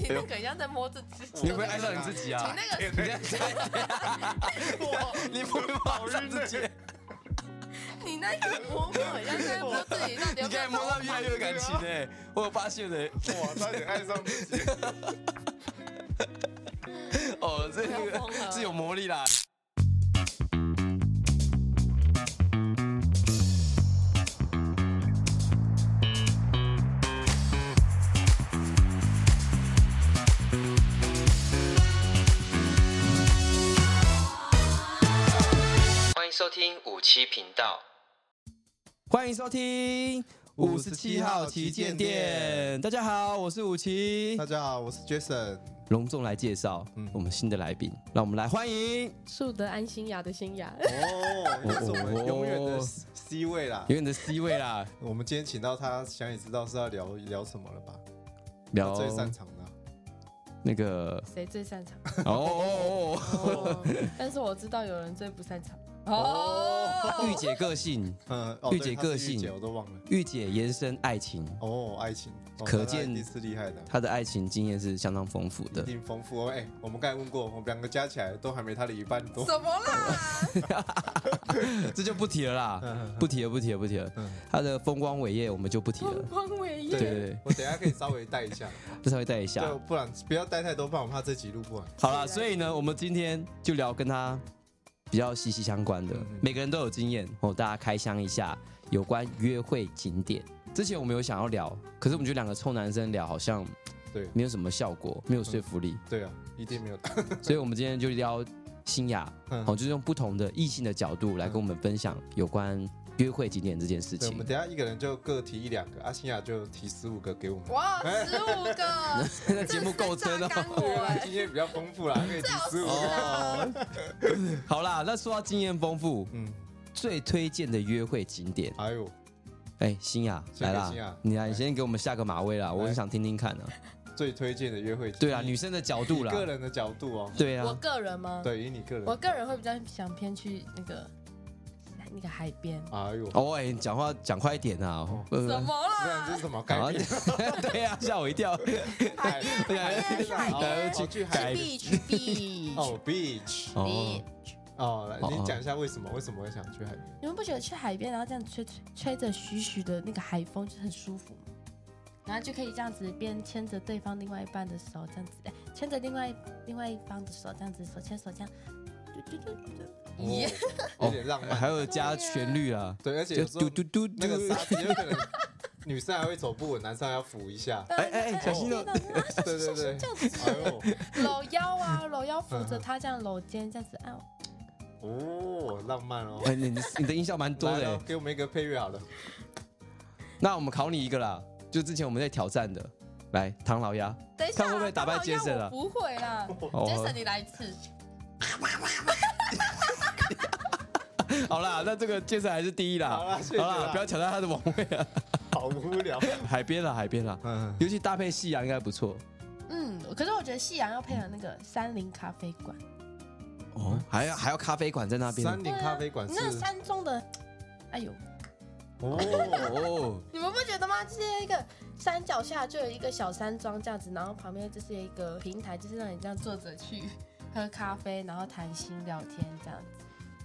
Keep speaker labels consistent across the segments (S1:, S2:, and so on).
S1: 你那个像在摸自己，
S2: 你会爱上你自己啊？
S1: 你那个
S2: 你在 你不会爱上自
S1: 欸
S2: 己？
S1: 你那个摸摸很像在摸自己，到啊底
S2: 你
S1: 要
S2: 刚
S1: 不
S2: 才
S1: 要
S2: 摸到
S1: 动？
S2: 越来越有感情呢、我有发现呢、欸
S3: 哇，差点爱上自己。
S2: 哦，这
S1: 不要
S2: 个
S1: 疯了
S2: 是有魔力啦。
S4: 欢迎收听五七频道。
S2: 欢迎收听五十七号旗舰店。大家好，我是五七
S3: 大。家好，我是 Jason。
S2: 隆重来介绍
S3: 嗯
S2: 我们新的来宾，让我们来欢迎
S1: 树德安心雅的新雅，
S3: 哦，这是我
S2: 哦
S3: 们永远的 C 位啦
S2: 永。远的 C 位啦，
S3: 我们今天请到他，想也知道是要聊聊什么了吧？
S2: 聊
S3: 最擅长的啊，
S2: 那个
S1: 谁最擅长？
S2: 哦哦
S1: 哦，但是我知道有人最不擅长。
S2: 哦，
S1: 哦，
S2: 御姐个性，
S3: 嗯， 哦
S2: 御
S3: 对
S2: 姐
S3: 他是
S2: 个
S3: 御
S2: 性
S3: 姐我都忘了。
S2: 御姐延伸爱情，
S3: 哦，爱情，哦
S2: 可
S3: 那他
S2: 见呃
S3: 一定是厉害的啊，
S2: 她的爱情经验是相当丰富
S3: 一
S2: 的。
S3: 定丰富哦。哎，我们刚才问过，我们两个加起来都还没他的一半 多。
S1: 什么啦？
S2: 这就不提了啦，
S3: 嗯
S2: 不提了，不提了，不提了。她的风光伟业我们就不提
S1: 风
S2: 了。
S1: 光伟
S2: 对
S1: 业，
S2: 对对，
S3: 我等一下可以稍微带一 下，
S2: 稍微带一下。
S3: 就不然不要带太多，不然我怕这集录不完。
S2: 好啦，所以呢，我们今天就聊跟他比较息息相关的
S3: 嗯嗯，
S2: 每个人都有经验哦，大家开箱一下有关约会景点。之前我们有想要聊，可是我们觉得两个臭男生聊好像
S3: 对
S2: 没有什么效果，没有说服力，
S3: 对啊，一定没有。
S2: 所以我们今天就聊新雅，
S3: 嗯
S2: 哦，就是用不同的异性的角度来跟我们分享有关约会景点这件事
S3: 对，我
S2: 情
S3: 们。等一下一个人就各提一两个，阿信雅就提十五个给我们。
S1: 哇，十五个，
S2: 那节目够
S1: 真
S2: 真
S1: 的
S2: 哦
S1: 是榨。干我哎。
S3: 经验比较丰富啦，可以提十
S1: 最
S3: 五
S1: 好
S3: 个。
S1: 是
S2: 哦，好啦，那说到经验丰富，
S3: 嗯，
S2: 最推荐的约会景点。
S3: 哎呦，
S2: 哎，新雅
S3: 先
S2: 来
S3: 给
S2: 啦
S3: 新雅，
S2: 你来，
S3: 来
S2: 你先给我们下个马威啦，我很
S3: 来
S2: 想听听看啊。
S3: 最推荐的约会
S2: 对啊，
S3: 以
S2: 女生的角度
S3: 以
S2: 啦，
S3: 个人的角度哦，
S2: 对
S1: 我
S2: 啊，
S1: 个人吗？
S3: 对，以你个人，
S1: 我个人会比较想偏去那个那个海边。
S3: 哎呦，
S2: 哦哎，你讲话讲快一点啊
S3: 哦，
S1: 什
S2: 呃
S1: 么
S3: 不然这
S1: 啦
S3: 是？什么
S2: 好
S3: 改变？
S2: 对啊，吓我一 跳，
S3: 海边
S2: 对啊
S1: 海边海边
S3: 好哦去海
S1: 去
S2: 改变
S1: 避去避。
S3: 哦，beach
S2: 哦，
S3: 哦，来
S2: 哦
S3: 你讲一下为什么为什么会想去海边？
S1: 你们不觉得去海边，然后这样吹吹吹着徐徐的那个海风，就是很舒服吗？然后就可以这样子边牵着对方另外一半的手，这样子，哎，牵着另外另外一方的手，这样子手牵手这样，嘟嘟嘟嘟。咦，
S3: 哦有点浪漫，
S2: 还有加旋律啊，
S3: 对，而且
S2: 就
S3: 有时候
S2: 嘟嘟嘟
S3: 那
S2: 嘟，
S3: 个沙子有可能女生还会走不稳，男生还要扶一下。
S2: 哎哎哎小心哦
S1: 哦，对
S3: 对对对
S1: 这 样子
S3: 哎呦，
S1: 搂腰啊，搂腰扶着他这样搂肩，这样子啊，
S3: 哦，浪漫哦。
S2: 哎，你你的音效蛮多
S3: 来
S2: 的
S3: 咯
S2: 欸，
S3: 给我们一个配 乐好了。
S2: 那我们考你一个啦，就之前我们在挑战的，来唐老鸭，
S1: 等一下啊，
S2: 看会不会打败
S1: 干嘛要
S2: Jason
S1: 我
S2: 啊哦
S1: 不会啦，Jason 你来一次。
S2: 好啦，那这个介绍还是第一啦，
S3: 好啦谢谢啦
S2: 不要挑战他的王位啊，
S3: 好无聊。
S2: 海边啦，海边啦，
S3: 嗯，
S2: 尤其搭配夕阳应该不错
S1: 嗯，可是我觉得夕阳要配合那个山林咖啡馆，
S2: 哦，还要还要咖啡馆在那边，
S3: 山顶咖啡馆
S1: 你
S3: 是
S1: 啊那山中的，哎呦，
S3: 哦，
S2: 哦，
S1: 你们不觉得吗？就是一个山脚下就有一个小山庄这样子，然后旁边就是有一个平台，就是让你这样坐着去喝咖啡，然后谈心聊天这 样子。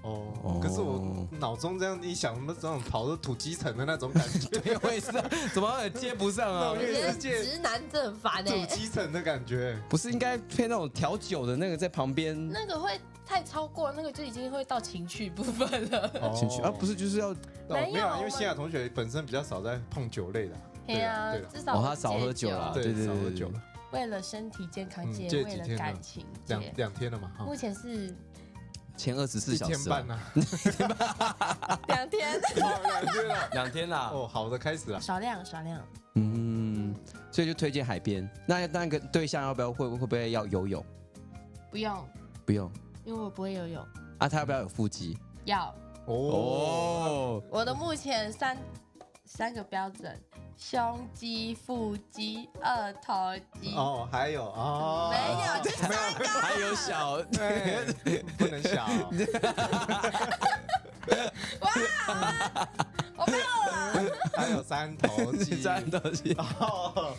S3: 哦，可是我脑中这样一想，什么这种跑到土基层的那种感觉，
S2: 对，我也是啊，怎么也接不上啊
S3: 那我？就
S1: 觉得
S3: 世界
S1: 直男真的很烦
S3: 土
S1: 哎、
S3: 基层的感 觉。
S2: 不是应该配那种调酒的那个在旁边
S1: 那个会太超过，那个就已经会到情趣部分 了。
S2: 进去、啊？不是，就是要
S3: 哦没
S1: 没有
S3: 有
S1: 我
S3: 啊，因为
S1: 们
S3: 新雅同学本身比较少在碰酒类的啊，
S1: 对啊
S3: 对啊，
S1: 至少
S2: 哦他少喝酒啦
S1: 了，
S2: 对对
S3: 少喝
S2: 对
S3: 酒了，
S1: 为了身体健康
S3: 嗯
S1: 戒，
S3: 戒
S1: 为
S3: 几
S1: 了
S3: 天
S1: 感
S3: 了
S1: 情戒。
S3: 两两天了嘛，哈
S1: 目，前 是
S2: 前二十四
S3: 一
S2: 小
S3: 天
S2: 时、
S3: 半
S2: 啊，
S3: 呢，
S1: 两天，
S3: 哦两天了。
S2: 两天啦、
S3: 哦，好的开始了。
S1: 少量少量。
S2: 嗯，所以就推荐海边。那那个对象要不要会会不会要游泳？
S1: 不用，
S2: 不用
S1: 因为我不会游泳。
S2: 啊，他要不要有腹肌？
S1: 要，
S3: 哦，
S2: 哦，
S1: 我的目前三三个标准：胸肌、腹肌、二头肌。
S3: 哦，还有哦，
S1: 没有，就三个。
S2: 还有小，
S3: 哎，不能小，
S1: 哇！我我没有了，
S3: 还有三头啊肌，
S2: 战斗机
S3: 哦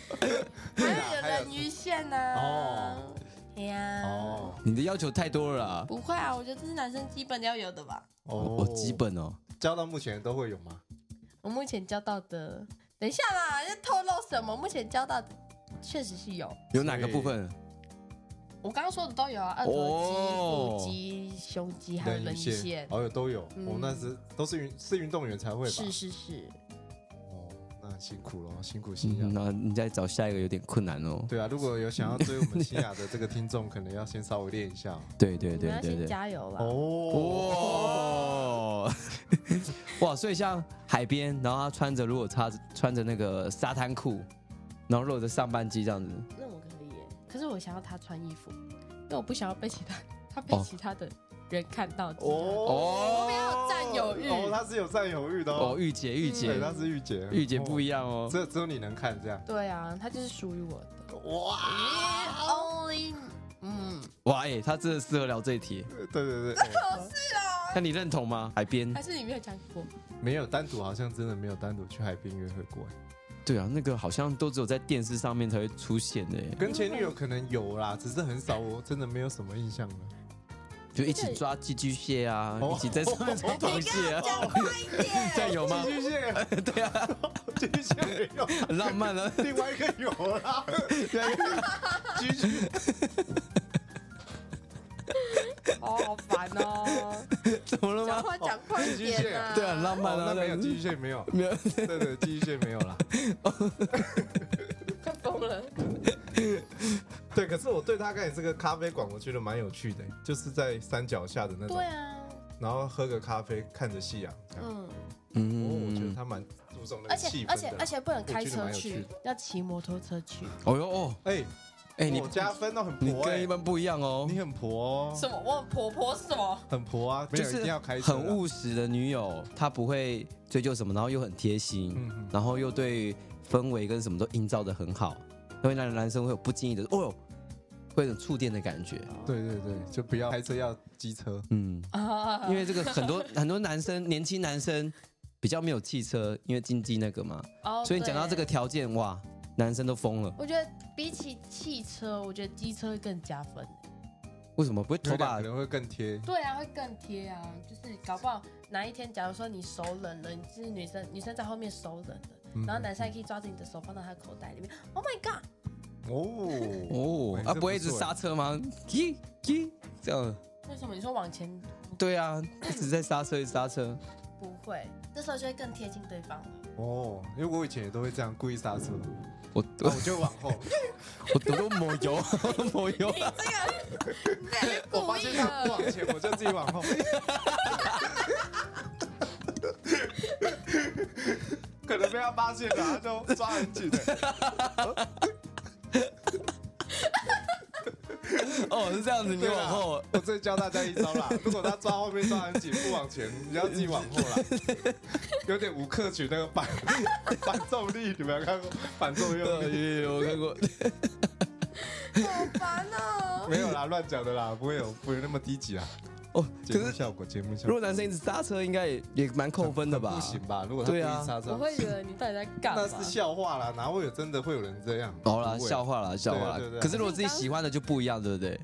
S1: 还有人鱼线呢、
S3: 哦
S1: 哎呀，
S3: 哦
S2: 你的要求太多了啦。
S1: 不会啊，我觉得这是男生基本要有的吧。
S2: 哦，基本哦，
S3: 教到目前都会有吗？
S1: 我目前教到的，等一下啦，要透露什么？目前教到的确实是有，
S2: 有哪个部分？
S1: 我刚刚说的都有啊，二
S3: 哦
S1: 头肌、腹肌、胸肌还有人鱼线，
S3: 哦有都有，
S1: 嗯
S3: 我那是都是运是运动员才会吧？
S1: 是是是，
S3: 哦，那辛苦了，辛苦新雅
S2: 嗯，。那你再找下一个有点困难哦。
S3: 对啊，如果有想要追我们新雅的这个听众，可能要先稍微练一下哦
S2: 对
S1: 我
S2: 对
S1: 们
S2: 对
S1: 要
S2: 对
S1: 先
S2: 对。
S1: 加油啦。
S3: 嗯
S2: 哦， 哇！所以像海边，然后他穿着如果他穿着那个沙滩裤，然后露着上半肌这样子，
S1: 那我可以耶，可是我想要他穿衣服，因为我不想要被其他他被
S2: 哦
S1: 其他的人看到。哦，
S3: 哦，
S1: 我们要占有欲
S3: 哦，他是有占有欲的
S2: 哦，嗯
S3: 哦，
S2: 御姐御姐
S3: 对，他是御姐，
S2: 御姐不一
S3: 样，
S2: 样哦。
S3: 只有只有你能看这样，
S1: 对啊，他就是属于我的
S3: 哇，
S1: ，only，嗯，
S2: 哇，哎，他真的适合聊这一题。
S3: 对对对，哎
S2: 那你认同吗？海边？
S1: 但是你没有讲过，
S3: 没有单独，好像真的没有单独去海边约会过，哎
S2: 对啊，那个好像都只有在电视上面才会出现的耶，
S3: 跟前女友可能有啦，只是很少，我真的没有什么印象了。
S2: 就一起抓寄居蟹啊，
S3: 哦
S2: 一起在上面抓螃蟹 啊，这样有吗？
S3: 寄居蟹，
S2: 对啊，
S3: 寄居蟹没有，
S2: 很浪漫啊。
S3: 另外一个有啦，另外一个寄居蟹
S1: 哦，好烦 哦，
S2: 怎么了
S1: 讲
S2: 吗？
S1: 话讲快一点啊，
S2: 对啊，很浪漫
S3: 哦
S2: 啊，
S3: 那没有
S2: 这样
S3: 寄
S2: 子
S3: 居蟹没有，
S2: 没有。
S3: 对对，寄居蟹没有啦。
S1: 快疯了，
S3: 对，可是我对他刚才这个咖啡馆，我觉得蛮有趣的，就是在山脚下的那种
S1: 对，啊，
S3: 然后喝个咖啡，看着夕阳这样。
S1: 嗯，
S3: 哦，我觉得
S2: 嗯，
S3: 他蛮注重那
S1: 而
S3: 个
S1: 且
S3: 气
S1: 而
S3: 氛
S1: 且
S3: 的
S1: 而。且不能开
S3: 我觉得
S1: 车
S3: 蛮有趣
S1: 去，要骑摩托车去，
S2: 哦哟哦，
S3: 哎，
S2: 哎，你
S3: 我加分到很
S2: 你
S3: 婆
S2: 跟一
S3: 哎，
S2: 般不一样哦，
S3: 你很婆哦，
S1: 么？我婆婆是什 么？
S3: 很婆啊，没
S2: 就
S3: 有一
S2: 是
S3: 定要开车啦
S2: 很务实的女友，她不会追究什么，然后又很贴心，
S3: 嗯嗯
S2: 然后又对氛围跟什么都营造的很好，会让男生会有不经意的哦哟，会有种触电的感觉。
S3: 嗯对对对，就不要开车，要机车。
S2: 嗯，
S1: 啊，
S2: 因为这个很
S3: 哦
S2: 多很多男生，年轻男生比较没有汽车，因为经济那个嘛，
S1: 哦
S2: 所以你讲到这
S1: 对
S2: 个条件，哇，男生都疯了。
S1: 我觉得比起汽车，我觉得机车会更加分。
S2: 为什么不会头
S3: 头发
S2: 发
S3: 可？能会更贴，
S1: 对啊，会更贴啊，就是搞不好哪一天，假如说你手冷了，你是女生，女生在后面手冷了，
S3: 嗯
S1: 然后男生还可以抓着你的手放到他口袋里面。Oh my god！
S3: 哦，
S2: 哦
S3: 哎，
S2: 啊，
S3: 这
S2: 不会一直
S3: 不错
S2: 刹车吗？叽叽，这样，
S1: 为什么你说往前
S2: 对啊，一直在刹车，一直刹车。
S1: 不会？这时候就会更贴近对方了。
S3: 哦，因为我以前也都会这样故意刹 车，哦
S2: 我
S3: 我
S2: 我
S3: 就往后。
S2: 我都抹油， 我都抹油。
S3: 我发现他不往前，我就自 己往后。可能被他发现了，他就抓很紧的。
S2: 哦，是这样子，你
S3: 对啊
S2: 往后。
S3: 我再教大家一招啦，如果他抓后面抓很紧，不往前，你要自己往后啦。有点吴克群那个反反重力，你们有看过反作用力？
S2: 对，哦有有我看过。
S1: 好烦
S2: 啊
S1: 哦！
S3: 没有啦，乱讲的啦，不会有不会那么低级啊。
S2: 哦，
S3: 节
S2: 可
S3: 目
S2: 是
S3: 效果，节目效
S2: 如
S3: 果
S2: 果男生一直刹车，应该也也蛮扣分的吧？
S3: 不行吧？如果他故
S2: 对
S3: 意
S2: 啊
S3: 刹车，
S1: 我会觉得你到底在干
S3: 那
S1: 嘛？
S3: 是笑话啦，哪会有真的会有人这样？
S2: 好啦，
S3: 不会啊
S2: 笑话啦，笑话啦
S3: 对对。对啊
S2: 可是如果自己喜欢的就不一样，对不对？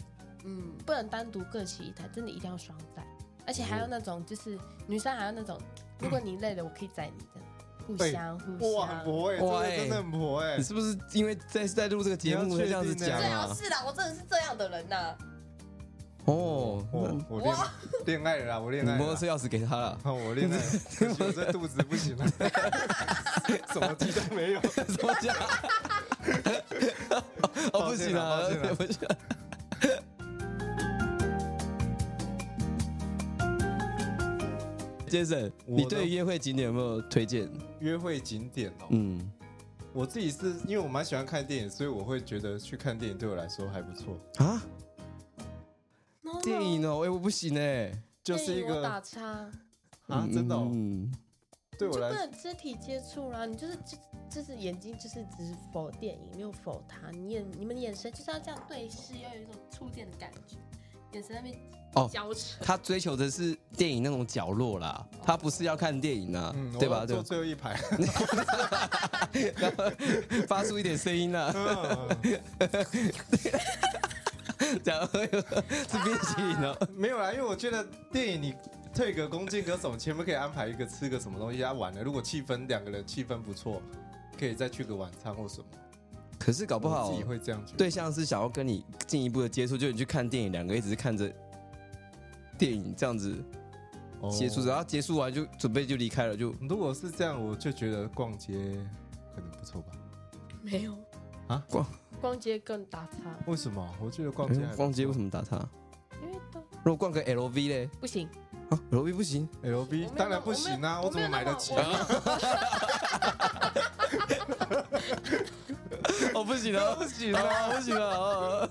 S1: 嗯，不能单独各骑一台，真的一定要双载，而且还有那种就是女生还有那种，如果你累了，我可以载你的，互
S3: 哎
S1: 相互
S3: 哇，
S1: 相
S3: 很。婆哎、
S2: 哇
S3: 欸，真的真的很婆哎、
S2: 你是不是因为在在录这个节目
S3: 你要
S2: 才
S3: 确定
S2: 这样子讲
S3: 对
S1: 最好
S2: 啊？
S1: 是啦，我真的是这样的人呐、
S2: 哦，
S3: 我
S2: 那
S3: 我恋恋爱了啦，我恋爱
S2: 你摩托
S3: 了啦，
S2: 车。钥匙给他了
S3: 看我 恋爱了，可惜我这肚子不行了， 什么鸡都没有。
S2: 什么 讲？哦，不行啊
S3: 抱歉啊，
S2: 不行啊。Jason，
S3: 我
S2: 你
S3: 的
S2: 对约会景点有没有推荐？
S3: 约会景点哦、
S2: 嗯，
S3: 我自己是因为我蛮喜欢看电影，所以我会觉得去看电影对我来说还不错，
S2: 啊，
S1: No, no
S2: 电影哦，哎，我不行哎，
S3: 就是一
S1: 电影我
S3: 个
S1: 打叉，
S3: 啊，真的、哦，
S2: 嗯，
S1: 就
S3: 对我
S1: 不
S3: 来，
S1: 能肢体接触啦，你就是就就是眼睛就是只否电影，没有否他，你眼你们眼神就是要这样对视，要有一种触电的感觉。眼神那边
S2: 哦
S1: 交扯，
S2: 他追求的是电影那种角落啦，他不是要看电影啊，
S3: 嗯，
S2: 对
S3: 我
S2: 吧？对
S3: 坐
S2: 吧，
S3: 最后 一排，
S2: 然后 发出一点声音啊啦，
S3: 嗯
S2: 然后是变形了。
S3: 没有啦，因为我觉得电影你退个恭敬歌手，前面可以安排一个吃个什么东西啊晚了，如果气氛两个人气氛不错，可以再去个晚餐或什么，
S2: 可是搞不
S3: 我
S2: 好啊
S3: 自己会这样觉得。
S2: 对象是想要跟你进一步的接触，就你去看电影，两个一直是看着电影这样子
S3: 哦
S2: 接触，然后结束完就准备就离开了，就
S3: 如果是这样，我就觉得逛街可能不错吧？
S1: 没有
S3: 啊
S2: 逛
S1: 逛街更打岔，
S3: 为什么？我觉得逛街
S2: 哎逛街为什
S3: 么
S2: 么打岔？
S1: 因为都
S2: 如果逛个 LV 嘞，
S1: 不行。
S2: 啊，LV 不行，
S3: ？L
S1: 我没
S3: V
S1: 有
S3: 当然不行啊，
S1: 我
S3: 怎
S1: 没有
S3: 么买得起啊
S1: 我？没有
S2: 哦不行 了，不行了，不行了哦。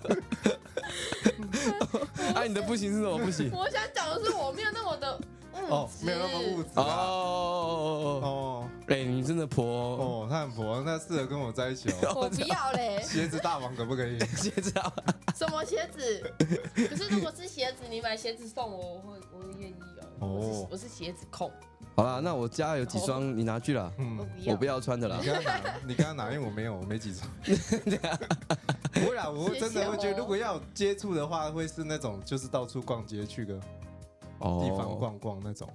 S2: 啊，你的不行是什么不行？
S1: 我想讲的是，我没有那么的
S3: 哦
S1: 物，质，
S3: 没有那么物质啊。
S2: 哦，
S3: 哦
S2: 哎，你真的婆 哦，
S3: 哦，他很婆，那适合跟我在一起哦。，
S2: 我
S1: 我不要嘞
S3: 鞋子大王可不可以？
S2: 现在啊
S1: 什么鞋子？可是如果是鞋子，你买鞋子送我，我会我会愿意哦。
S3: 哦
S1: 我是我是鞋子控，
S2: 好啦，那我家有几双，你拿去啦，
S1: 我
S3: 嗯，
S1: 不要。
S2: 我不要穿的啦
S3: 你。刚刚拿，你刚刚拿，因为我没有，我没 几双。不会啦，我真的会觉
S1: 谢谢
S3: 得，
S1: 哦
S3: 如果要有接触的话，会是那种就是到处逛街去个
S2: 哦
S3: 地方逛逛那种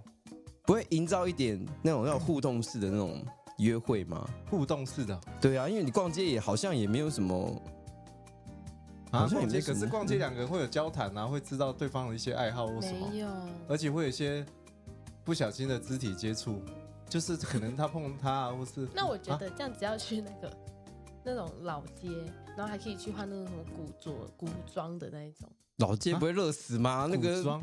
S2: 不会营造一点那种要互动式的那种约会吗？
S3: 互动式的
S2: 对啊，因为你逛街也好像也没有什么
S3: 啊。
S2: 好像也
S3: 逛
S2: 没
S3: 街
S2: 什么
S3: 可是逛街两个人会有交谈啊，会知道对方的一些爱好或什么
S1: 没，有，
S3: 而且会有一些不小心的肢体接触，就是可能他碰他啊，或是
S1: 那我觉
S3: 啊
S1: 得这样只要去那个那种老街，然后还可以去换那种什么古着、古装的那一种。
S2: 老街
S3: 啊
S2: 不会热死吗？那
S3: 古
S2: 个
S3: 装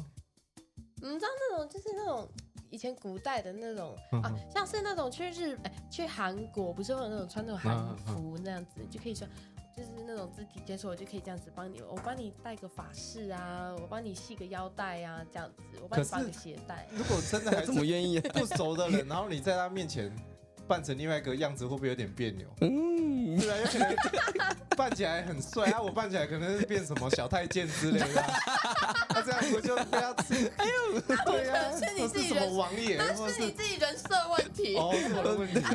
S1: 你知道那种就是那种以前古代的那种
S3: 嗯
S1: 啊
S3: 嗯，
S1: 像是那种去日哎、去韩国，不是会有那种穿那种韩服那样子，就可以说就是那种肢体接触，我就可以这样子帮你，我帮你戴个发饰啊，我帮你系个腰带啊，这样子，我帮你
S3: 可是
S1: 绑个鞋带。
S3: 如果真 的还
S2: 这么
S3: 是
S2: 愿意、啊？
S3: 不熟的人，然后你在他面前扮成另外一个样子，会不会有点别扭？
S2: 嗯，
S3: 对啊，有可能扮起来很帅啊，我扮起来可能是变什么小太监之类的啊，那、这样我就被他吃。哎呦，对啊，
S1: 那是你
S3: 我
S1: 自己
S3: 什么
S1: 人
S3: 王爷，
S1: 那
S3: 或
S1: 是
S3: 是
S1: 你自己人设问题，
S3: 哦，是我的问题啊，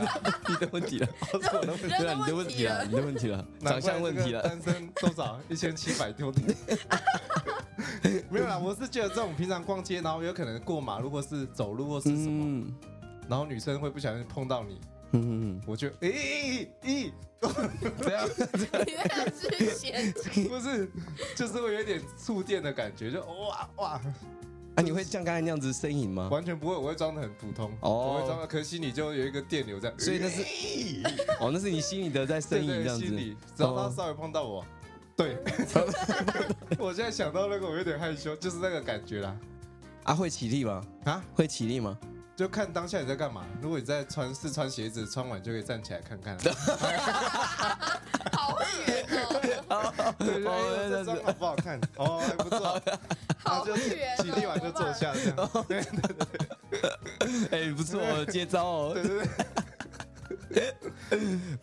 S2: 你的问 题了，
S3: 是我的问题。
S1: 人
S2: 对啊，
S1: 的
S2: 你的问
S1: 问
S2: 题了，
S1: 了。
S2: 你的问题了，
S3: 难
S2: 长
S3: 怪
S2: 相问题
S3: 这个
S2: 了。
S3: 单身多少？一千七百多天。没有啦，我是觉得这种平常逛街，然后有可能过马路或是走路或是什么，
S2: 嗯
S3: 然后女生会不小心碰到你，
S2: 嗯，
S3: 我就咦咦，
S2: 这
S3: 啊
S2: 样
S1: 你那个是嫌弃
S3: 不是，就是会有一点触电的感觉，就哇哇，
S2: 啊？你会像刚才那样子呻吟吗？
S3: 完全不会，我会装的很普通，
S2: 哦
S3: 我会装的，可是心里就有一个电流在，
S2: 所以那 是哦，那是你心里的在呻
S3: 对
S2: 吟这
S3: 对，
S2: 样
S3: 心
S2: 子。哦
S3: 里只要他稍微碰到我，对， 我现在想到那个我有点害羞，就是那个感觉啦，
S2: 啊，会起立吗？
S3: 啊，
S2: 会起立 吗？
S3: 就看当下你在干嘛，如果你在穿试穿鞋子，穿完就可以站起来看看 啊，
S1: 好远哦，
S3: 对对
S2: 哦
S3: 对，这
S2: 那
S3: 双好不好 看？哦，还不错，然后
S1: 好
S3: 就
S1: 远哦。
S3: 起立完就坐下这样，对对
S2: 哎，不错哦，接招 哦。
S3: 对对。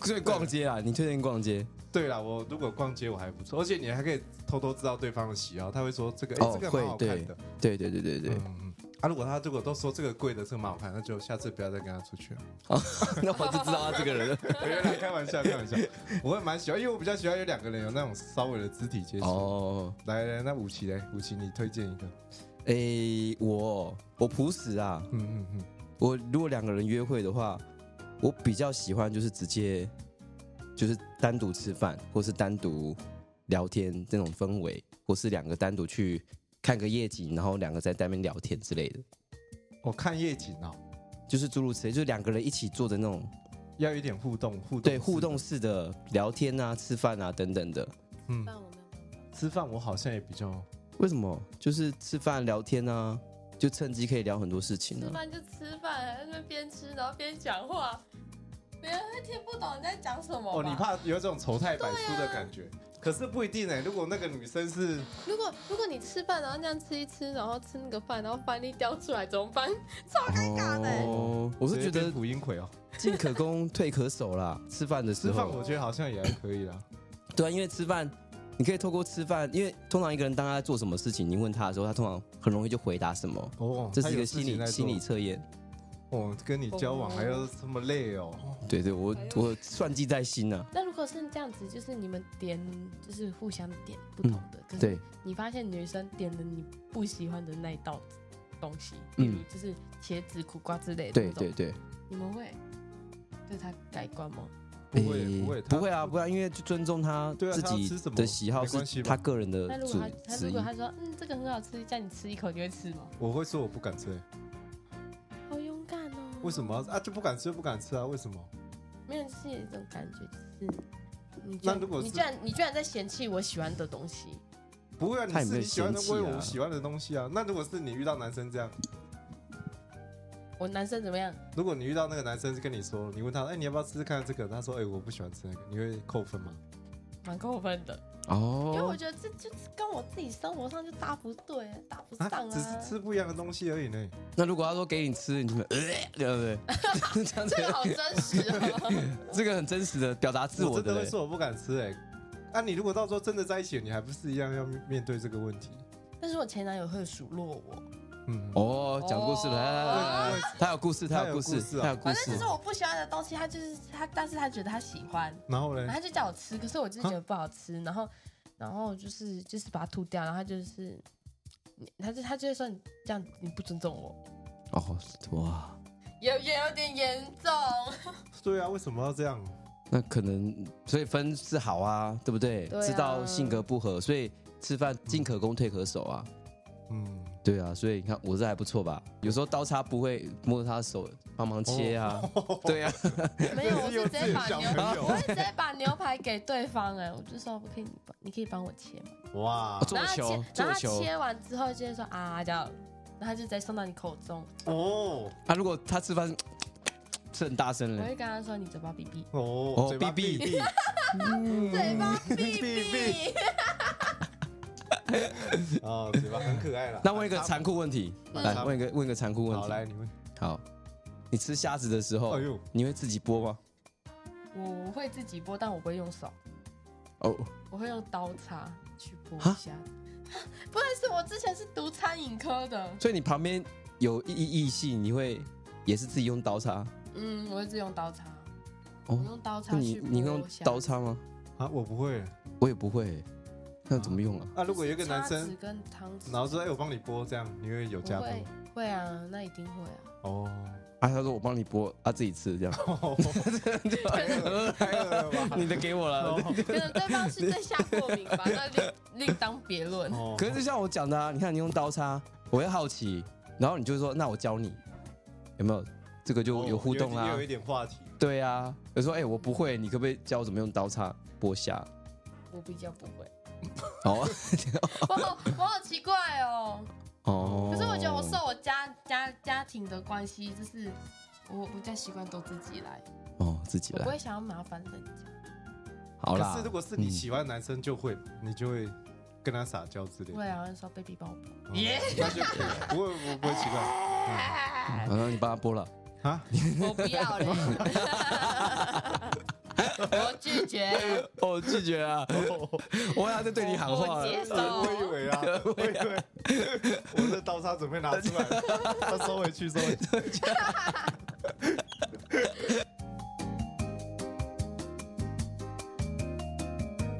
S2: 所以逛街啊，你推荐逛街？
S3: 对啦，我如果逛街我还不错，而且你还可以偷偷知道对方的喜好，他会说这个，哎、
S2: 哦
S3: 这个
S2: 会
S3: 蛮好看的。
S2: 对对对对对，
S3: 嗯嗯嗯啊，如果他如果都说这个贵的，这个蛮好看，那就下次不要再跟他出去了。
S2: 那我就知道他这个人了。
S3: 没有啦，开玩笑，开玩笑。我会蛮喜欢，因为我比较喜欢有两个人有那种稍微的肢体接触。
S2: 哦，
S3: 来来，那武奇嘞，武奇你推荐一个。
S2: 诶、哎我我朴实啊，
S3: 嗯嗯嗯，
S2: 我如果两个人约会的话，我比较喜欢就是直接就是单独吃饭，或是单独聊天这种氛围，或是两个单独去看个夜景，然后两个在那边聊天之类的，
S3: 我看夜景哦，
S2: 就是诸如此类，就是两个人一起做的那种
S3: 要有一点互动，互动
S2: 对互动。式的聊天啊、吃饭啊等等的。
S3: 嗯，
S1: 但我没有办法。
S3: 吃饭我好像也比较
S2: 为什么？就是吃饭聊天啊，就趁机可以聊很多事情
S1: 吃
S2: 啊。
S1: 饭就吃饭，还在那边边吃然后边讲话，别人会听不懂你在讲什么吧。
S3: 哦，你怕有这种丑态百出的感
S2: 啊
S3: 觉。可是不一定哎、如果那个女生是
S1: 如果如果你吃饭然后那样吃一吃，然后吃那个饭，然后饭粒掉出来怎么办？超尴尬的、欸。
S2: 哦，我是觉得
S3: 蒲英奎哦，
S2: 进可攻，退可守啦。吃饭的时
S3: 吃
S2: 候，
S3: 饭我觉得好像也还可以啦。
S2: 对啊，因为吃饭你可以透过吃饭，因为通常一个人当他在做什么事情，你问他的时候，他通常很容易就回答什么。
S3: 哦，
S2: 这
S3: 他
S2: 是一
S3: 有
S2: 个
S3: 事
S2: 心
S3: 情在
S2: 理心理
S3: 做
S2: 测验。
S3: 哦，跟你交往还要这么累哦，
S2: 对对，我我算计在心啊。
S1: 那如果是这样子，就是你们点就是互相点不同的，可是
S3: 哎
S2: 对，
S1: 你发现女生点了你不喜欢的那一道东西，
S2: 嗯
S1: 比如就是茄子、苦瓜之类的
S2: 对
S1: 那种，
S2: 对对，
S1: 你们会对她改观吗？
S3: 不会
S2: 诶
S3: 不会他
S2: 不会啊，不然因为就尊重他
S3: 对啊
S2: 自
S3: 他要
S2: 己
S3: 吃什么
S2: 的喜好
S3: 没关系
S2: 是
S3: 吧
S2: 他个人的
S1: 那如
S2: 主
S1: 果她她
S2: 旨
S1: 如
S2: 意
S1: 果。她说嗯这个很好吃，叫你吃一口，你会吃吗？
S3: 我会说我不敢吃，
S1: 好勇敢哦！
S3: 为什么啊？就不敢吃就不敢吃啊？为什么？
S1: 没有，就是有一种感觉，就是你居
S3: 那
S1: 然
S3: 如果
S1: 你
S3: 是
S1: 居然你居然在嫌弃我喜欢的东西，
S3: 不会啊，你
S2: 他也
S3: 是
S2: 没有
S3: 你喜欢的
S2: 嫌弃
S3: 我
S2: 啊
S3: 有我喜欢的东西啊。那如果是你遇到男生这样，
S1: 我男生怎么样？
S3: 如果你遇到那个男生跟你说，你问他，哎、你要不要试试看这个？他说，哎、我不喜欢吃那个，你会扣分吗？
S1: 蛮扣分的，因为我
S2: 哦，
S1: 觉得这就是跟我自己生活上就搭不对，搭不上
S3: 啊，
S1: 啊。
S3: 只是 吃不一样的东西而已呢。
S2: 哦那如果他说给你吃，你们呃，对不对？ 这样子
S1: 这，个好真实哦。
S2: 这个很真实的表达自
S3: 我
S2: 我
S3: 真的
S2: 的
S3: 会
S2: 嘞。
S3: 说我不敢吃哎、啊，你如果到时候真的在一起了，你还不是一样要面对这个问题？
S1: 但是我前男友会数落我，
S3: 嗯，
S2: 哦，讲故事了，来来来来来，他有故事，他
S3: 哦他有
S2: 有故
S3: 故事
S2: 事，
S3: 啊
S2: 他有故
S1: 反正就
S2: 事
S1: 是。我不喜欢的东西，他就是他，但是他觉得他喜欢，
S3: 然后
S1: 然
S3: 呢
S1: 后？他就叫我吃，可是我就是觉得不好吃，然后然后就是就是把它吐掉，然后他就是。你他就他就会说你这样你不尊重我，
S2: 哦，哇，
S1: 有也有点严重。
S3: 对啊，为什么要这样？
S2: 那可能所以分是好啊，对不对？
S1: 对啊
S2: 知道性格不合，所以吃饭进可攻退可守啊。
S3: 嗯，
S2: 对啊，所以你看我这还不错吧？有时候刀叉不会摸着他的手，帮忙切啊。
S3: 哦
S2: 对 啊，
S1: 没有，我是直接把
S3: 小
S1: 牛，
S3: 朋友
S1: 我是直接把牛排给对方哎、我就说可以，你帮你可以帮我切吗？
S3: 哇
S2: 做
S1: 然后他
S2: 球
S1: 切，然后他
S2: 做球
S1: 切完之后就会说啊这样，然后他就直接送到你口中。
S3: 哦
S2: 啊，如果他吃饭是很大声
S1: 我
S2: 嘞，
S1: 会跟他说你嘴巴闭闭，
S3: 哦，嘴巴
S2: 闭闭
S3: 闭，
S1: 嘴巴闭
S3: 闭
S1: 闭
S3: 闭。哦，嘴巴很可爱了。
S2: 那问一个残酷问题，
S3: 蛮
S2: 来
S3: 残酷
S2: 问一个问一个残酷问
S3: 嗯好，来
S2: 题。
S3: 你们，
S2: 好，你吃虾子的时候
S3: 哎，呦，
S2: 你会自己剥吗？
S1: 我会自己剥，但我不会用手，
S2: 哦，
S1: 我会用刀叉去剥
S2: 哈
S1: 虾。不然是我之前是读餐饮科的，
S2: 所以你旁边有异异性，你会也是自己用刀叉？
S1: 嗯，我会自用刀叉，我
S2: 哦，
S1: 用刀叉
S2: 那
S1: 去
S2: 你你会用
S1: 剥虾。
S2: 刀叉吗？
S3: 啊，我不会。
S2: 我也不会，那怎么用啊？
S3: 啊，如果有一个男
S1: 叉子
S3: 生，
S1: 跟汤匙
S3: 然后说，哎，我帮你剥，这样你会有加
S1: 我
S3: 分
S1: 会
S3: 吗？
S1: 会啊，那一定会啊。
S3: 哦，
S2: 啊，他说我帮你剥，啊自己吃这样，
S3: 太饿了 吧？哦
S2: 你的给我了。
S1: 可能对方是对虾过敏 吧，那另另当别论。
S3: 哦
S2: 可是就像我讲的啊，你看你用刀叉，我会好奇，然后你就说那我教你，有没有？这个就有互动
S3: 哦
S2: 啊
S3: 有一。有一点话题。
S2: 对啊，有时候哎、我不会，你可不可以教我怎么用刀叉剥虾？
S1: 我比较不会，
S2: 哦
S1: 我好我好奇怪哦。
S2: 哦，
S1: 可是我觉得我受我家家家庭的关系，就是我我比较习惯都自己来，
S2: 哦自己
S1: 我不
S2: 来
S1: 会，想要麻烦人家。
S2: 好啦。
S3: 可是如果是你喜欢的男生，就会你就会跟他撒娇之类的。
S1: 对啊，就说 baby 帮我剥，
S3: 嗯那就可以了不会，我不会奇怪
S2: 嗯，然后你帮他剥了，
S3: 啊。
S1: 我不要嘞，我拒绝，
S2: 哦拒绝啊， 我要在对你喊话
S1: 我
S2: 了
S1: 接。受。
S3: 我以为啊， 我以为 我的刀叉准备拿出来，他收回去，收回去。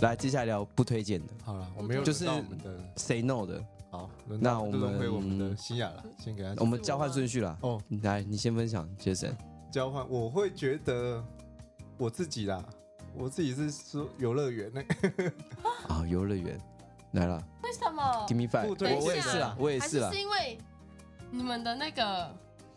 S2: 来，接下来聊不推荐的
S3: 好了，我没有
S2: 就
S3: 惹
S2: 是
S3: 到我们的，
S2: ，say no 的，
S3: 好，轮到
S2: 那我们
S3: 轮回我们的新雅了，先给他
S2: 我们交换顺序啦。
S3: 哦
S2: 来，你先分享，Jason。
S3: 交换。我会觉得我自己啦，我自己是说游乐园那
S2: 啊，游乐园来了
S1: 为什么？
S2: ，Give me five，
S3: 不推荐
S2: 我我也是啊啦，我也
S1: 哦还
S2: 是
S1: 是
S2: 啦
S1: 是，因为你们的那个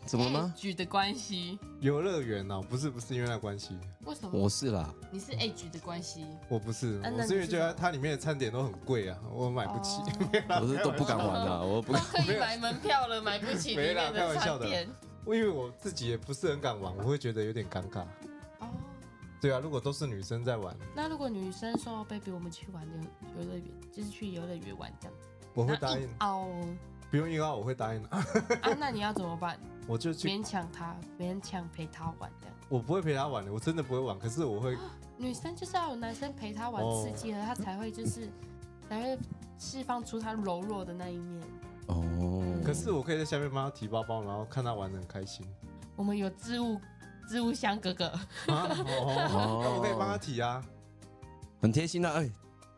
S2: 怎么了吗？
S1: Age 的关系？
S3: 游乐园啊，不是不是因为那关系，
S1: 为什么？
S2: 我是啦，
S1: 你是 Age 的关系？
S3: 我不是，
S1: 啊那
S3: 我是因
S1: 你
S3: 为
S1: 是
S3: 觉
S1: 什
S3: 得
S1: 么
S3: 它里面的餐点都很贵啊，我买不起。
S1: 哦
S2: 我是都不敢玩啦，我不
S1: 都可以买门票了，买不起里
S3: 没啦
S1: 面
S3: 开玩笑
S1: 餐
S3: 的
S1: 点。
S3: 我因为我自己也不是很敢玩，我会觉得有点尴尬。
S1: 哦，
S3: 对啊，如果都是女生在玩，
S1: 那如果女生说 “baby，我们去玩游游乐园，就是去游乐园玩这样子”，
S3: 我会
S1: 那
S3: 答应
S1: 硬，凹
S3: 不用硬要，我会答应啊，
S1: 啊，那你要怎么办？
S3: 我就去，
S1: 勉强她，勉强陪她玩这样。
S3: 我不会陪她玩的，我真的不会玩，可是我会
S1: 女生就是要有男生陪她玩刺激了，她才会就是才会释放出她柔弱的那一面。
S2: 哦，
S3: 可是我可以在下面帮他提包包，然后看他玩的很开心
S1: 我们有置物置物箱哥哥，
S3: 啊。哦，那我可以帮他提啊。
S2: 很贴心的、哎、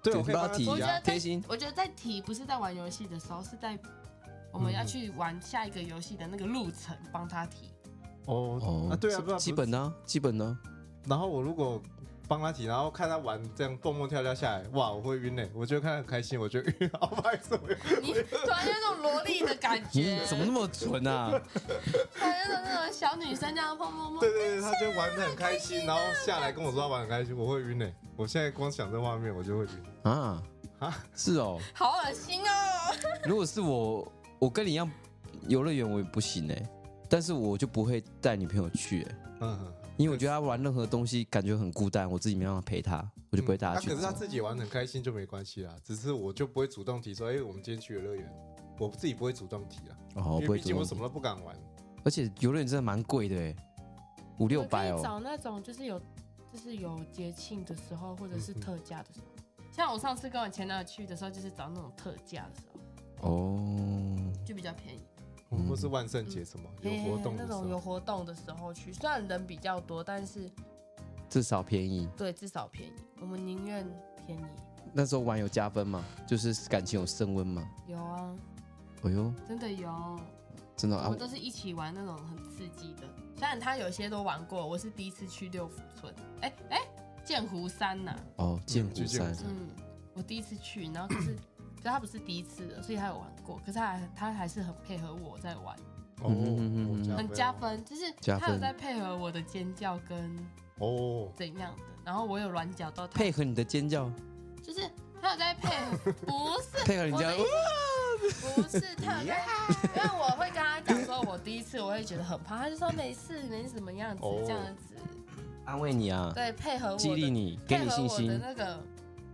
S3: 对，
S2: 对
S3: 我可以帮他提
S2: 帮
S1: 我
S2: 他
S1: 觉
S2: 提
S3: 啊
S1: 得。
S2: 贴心
S1: 在我觉得在提不是在玩游戏的时候，是在我们要去玩下一个游戏的那个路程帮她提。
S3: 哦
S2: 哦，
S3: 啊，对啊，对啊，
S2: 基本的、啊，基本的、啊，
S3: 然后我如果帮他提，然后看他玩这样蹦蹦跳跳下来，哇，我会晕嘞、我觉得看他很开心，我就晕，好不好意思，我
S1: 你突然有种萝莉的感觉
S2: 嗯，，怎么那么准 啊？
S1: 突然有种那种小女生这样碰碰碰
S3: 对。对对，他就玩的很开心，然后下来跟我说他玩得很开心，我会晕嘞、欸我现在光想这画面，我就会晕。
S2: 啊
S3: 啊
S2: 是哦，
S1: 好恶心哦！
S2: 如果是我，我跟你一样，游乐园我也不行哎、但是我就不会带女朋友去、哎
S3: 嗯，
S2: 因为我觉得她玩任何东西感觉很孤单，我自己没办法陪她，
S1: 嗯
S2: 我就不会带
S3: 啊
S2: 她去。
S3: 可是他自己玩得很开心就没关系啦，啊只是我就不会主动提说，哎、我们今天去游乐园，我自己不会主动提啦，
S2: 哦，
S3: 因
S2: 不会
S3: 为毕竟
S2: 主
S3: 我
S2: 动
S3: 什
S2: 提
S3: 么，都不敢玩。
S2: 而且游乐园真的蛮贵的哎、五六百
S1: 我可以
S2: 哦。
S1: 找那种就是有就是有节庆的时候，或者
S3: 嗯
S1: 是特价的时候。像我上次跟我前男友去的时候，就是找那种特价的时候，
S2: 哦，
S1: 就比较便宜。
S2: 嗯
S3: 或是万圣节什么、有活
S1: 嘿嘿
S3: 动
S1: 嘿
S3: 的
S1: 那
S3: 时
S1: 种
S3: 候哦
S1: 有，活动的时候去，虽然人比较多，但是
S2: 至少便宜。
S1: 对至少便宜。我们宁愿便宜。
S2: 那时候玩有加分吗？就是感情有升温吗？
S1: 有啊，
S2: 哎呦，
S1: 真的有。
S2: 真的
S1: 我
S2: 啊
S1: 们，都是一起玩那种很刺激的，虽然他有些都玩过，我是第一次去六福村，哎哎，剑湖山呐、
S2: 哦，剑湖
S3: 去剑湖
S2: 山，
S3: 山
S1: 嗯，我第一次去，然后可是，可是他不是第一次了，所以他有玩过，可是他还他还是很配合我在玩，
S3: 哦，
S2: 嗯嗯嗯嗯
S3: 我
S1: 很加分，就是
S2: 加
S1: 他有
S2: 分
S1: 在配合我的尖叫跟
S3: 哦。
S1: 怎样的，然后我有软脚到他，
S2: 配合你的尖叫，
S1: 就是他有在配合， 不 是
S2: 配合人
S1: 我
S2: 家
S1: 的意思不是他有 在，因为我会跟他讲说，我第一次我会觉得很怕，他就说没事，没什么样子
S3: 哦
S1: 这样子，
S2: 安慰你啊，
S1: 对，配合我的
S2: 激励你，给
S1: 配
S2: 你
S1: 合
S2: 信
S1: 我的
S2: 心，
S1: 那个，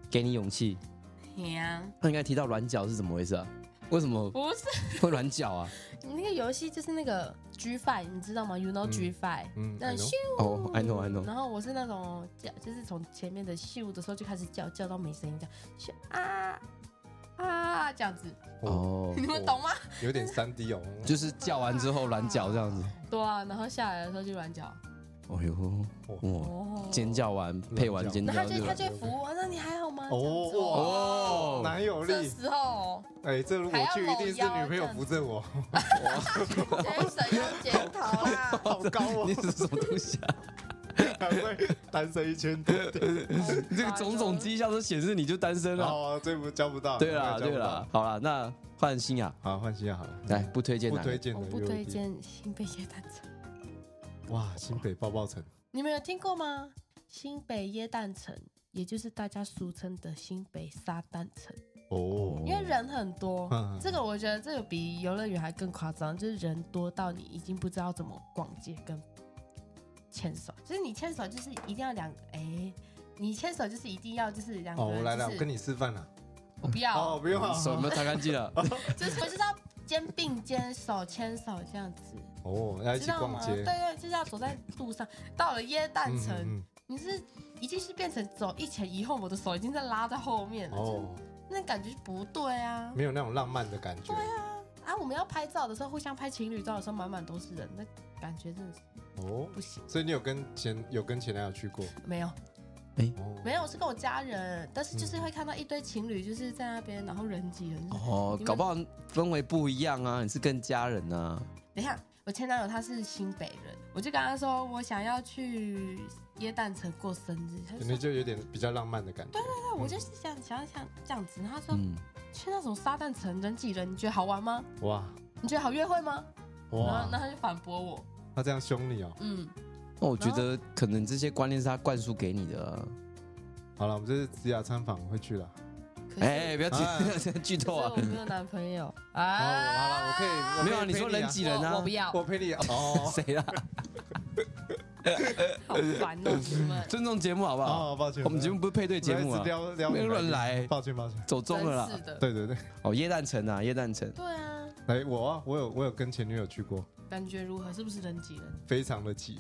S2: 给你勇气。
S1: 呀，
S2: 那你刚才提到软脚是怎么回事啊？为什么
S1: 不是。
S2: 会软脚啊？
S1: 你那个游戏就是那个 G Five，你知道吗？You know
S3: 嗯
S1: G Five，、
S3: 嗯
S1: 那
S3: I know
S1: 咻
S2: 哦，I know，I know
S1: 然后我是那种叫，就是从前面的咻的时候就开始叫，叫到没声音，这样咻啊啊这样子，
S2: 哦，
S1: 你们懂吗？
S3: 有点三 D 哦，
S2: 就是叫完之后软脚这样子。
S1: 对啊，然后下来的时候就软脚，
S2: 哦呦，哇，
S1: 哦，
S2: 尖，叫完配完尖
S1: 然
S2: 叫
S1: 后他就
S2: 就
S1: 他就会扶我，那你还好吗？这样子
S3: 哦
S1: 哦，
S2: 哦，
S3: 男友
S1: 这哦
S3: 力，
S1: 时候
S3: 哎，这如果去一定是女朋友扶着我，，
S1: 全省要检讨啦
S3: 好高
S2: 你
S3: 哦，
S2: 是什么东 西啊？
S3: 还会单身一千多天，
S2: 你这个种种
S1: 机，
S2: 迹象都显示你就单身了。
S3: 哦，这不交不到，
S2: 啊对啦，
S3: 交不
S2: 对
S3: 到
S2: 啦，，好啦，那换新雅，
S3: 好换新亚好了，
S2: 来嗯不推荐啊
S3: 不
S2: 哪
S3: 推
S2: 个？
S3: 荐
S1: 我
S3: 的，
S1: 不推，荐新北耶诞城，
S3: 哇，新北抱抱城，
S1: 你们有听过吗？新北耶诞城，也就是大家俗称的新北撒旦城。
S3: 哦，
S1: 因为人很多
S3: 嗯，
S1: 这个我觉得这个比游乐园还更夸张，就是人多到你已经不知道怎么逛街跟牵手，就是你牵手就是一定要两哎、你牵手就是一定要就是两个
S3: 哦，
S1: 人、就
S3: 我
S1: 是
S3: 来了，我跟你示范了，
S1: 我不要，
S3: 哦，不 用，
S2: 手有没有擦干净了？
S1: 就是我就是要肩并肩手牵手这样子，
S3: 哦，要一
S1: 知
S3: 起
S1: 道
S3: 逛
S1: 吗？对
S3: 街，
S1: 对，就是要走在路上。到了耶诞城，
S3: 嗯嗯
S1: 你是已经是变成走一前一后，我的手已经在拉在后面
S3: 嗯
S1: 了，就是
S3: 哦，
S1: 那感觉就不对啊。
S3: 没有那种浪漫的感觉，
S1: 啊，我们要拍照的时候，互相拍情侣照的时候，满满都是人，那感觉真的是
S3: 哦，
S1: 不行。
S3: 所以你有跟前有跟前男友去过，
S1: 没有，
S3: 哦，
S1: 没有，我是跟我家人，但是就是会看到一堆情侣就是在那边，然后人挤人。就是
S2: 哦，搞不好氛围不一样啊，你是跟家人啊。
S1: 等一下，我前男友他是新北人，我就跟他说我想要去耶诞城过生日，他就
S3: 那
S1: 说
S3: 就有点比较浪漫的感觉，
S1: 那我就是想想想这样子，然后他说、
S2: 嗯，
S1: 去那种沙旦城人挤人，你觉得好玩吗？
S3: 哇
S1: 你觉得好约会吗？然后
S3: 哇
S1: 那，他就反驳我，
S3: 他这样凶你哦。
S1: 嗯，
S2: 那我觉得可能这些观念是他灌输给你的啊。
S3: 好了，我们这是职涯参访会去了。
S1: 可是、
S2: 哎，不要
S3: 哎
S2: 剧 剧透啊
S1: 可！是我没有男朋友
S3: 哦，好了，
S1: 啊
S3: 我可以
S2: 没有啊，你说人挤人
S1: 我
S2: 啊
S1: 我不？要，
S3: 我陪你哦
S2: 谁啊？
S1: 好烦哦，你 们。
S2: 尊重节目好不好？
S3: 哦，抱歉，
S2: 啊我们节目不是配对节目
S3: 我
S2: 啊
S3: 一直，撩撩
S2: 没有
S3: 你
S2: 乱来
S3: 抱歉抱歉。
S2: 走中了
S1: 真
S2: 啦
S1: 是。的，
S3: 对对对，
S2: 哦，叶诞城啊，叶诞城，
S1: 对啊，
S3: 来我啊，我有我有跟前女友去过，
S1: 感觉如何？是不是人挤人？
S3: 非常的挤，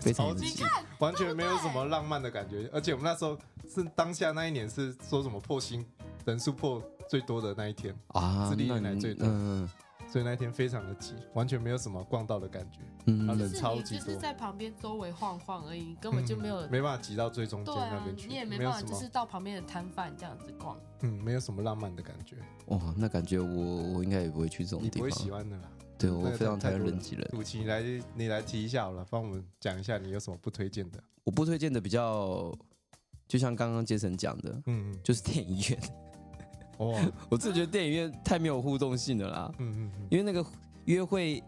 S2: 非常
S3: 超
S2: 理
S3: 级
S2: 性。
S3: 完全没有什么浪漫的感觉。而且我们那时候是当下那一年是说什么破新人数破最多的那一天，
S2: 啊，
S3: 自立
S2: 那
S3: 以来
S2: 你
S3: 最多
S2: 嗯
S3: 所以那一天非常的挤，完全没有什么逛到的感觉。
S2: 嗯
S3: 他
S2: 嗯
S3: 啊人
S5: 是
S3: 超
S5: 你
S3: 级
S5: 就是
S3: 多
S5: 在旁边周围晃晃而已，你根本就没有。
S3: 嗯没办法挤到最中间
S5: 对
S3: 那
S5: 啊
S3: 边，去，
S5: 你也没
S3: 没
S5: 办
S3: 有
S5: 法，
S3: 什
S5: 就
S3: 么
S5: 是到旁边的摊贩这样子逛。
S3: 嗯，没有什么浪漫的感觉，
S2: 嗯哇，那感觉我我应该也不会去这种
S3: 你
S2: 地
S3: 不
S2: 方
S3: 会。喜欢的啦。
S2: 对
S3: 那
S2: 我
S3: 个
S2: 非常
S3: 太
S2: 讨厌
S3: 多
S2: 人
S3: 了
S2: 挤人。
S3: 古奇，你来你来提一下好了，帮我们讲一下你有什么不推荐的。
S2: 我不推荐的比较，就像刚刚杰森讲的，
S3: 嗯嗯，
S2: 就是电影院。
S3: 哦，
S2: 我自己觉得电影院太没有互动性了啦，
S3: 嗯嗯
S2: 因为那个约会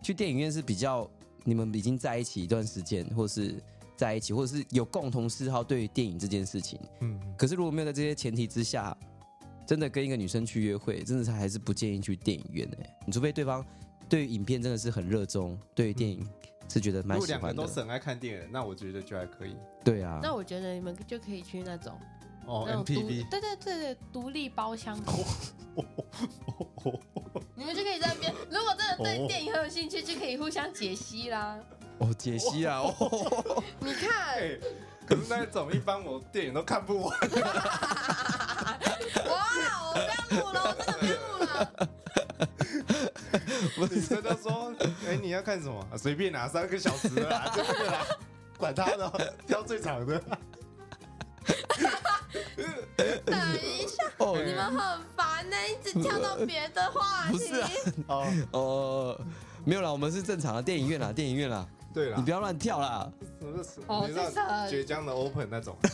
S2: 去电影院是比较你们已经在一起一段时间，或是在一起，或者是有共同嗜好对于电影这件事情。
S3: 嗯嗯，
S2: 可是如果没有在这些前提之下，真的跟一个女生去约会，真的是还是不建议去电影院哎、你除非对方对于影片真的是很热衷，对于电影是觉得
S3: 如
S2: 蛮
S3: 果
S2: 喜
S3: 两个
S2: 欢
S3: 都是
S2: 的，
S3: 很爱看电影，那我觉得就还可以。
S2: 对啊。
S1: 那我觉得你们就可以去那种
S3: 哦
S1: 那种独
S3: ，MTV，
S1: 对对对对，独立包厢，
S3: 哦
S1: 你们就可以在那边。如果真的对电影很有兴趣，就可以互相解析啦。
S2: 哦，解析啊，哦，
S1: 你看，
S3: 哎，可是那种一般我电影都看不完，
S1: 哇，我不要录了，我真的不要录了。
S3: 女生就说：“哎，你要看什么？啊随便拿三个小时 的啦，就这个啦，管他的，挑最长的。
S1: 等一下，
S2: 哦，
S1: 你们很烦呢、一直跳到别的话
S2: 不
S1: 题
S2: 是。啊”
S3: 哦，
S2: 哦，没有啦，我们是正常的电影院啦，电影院啦，
S3: 对啊了，
S2: 你不要乱跳啦，
S3: 什么是
S1: 哦
S3: 你知道
S1: 这是很
S3: 绝江的 open 那种，啊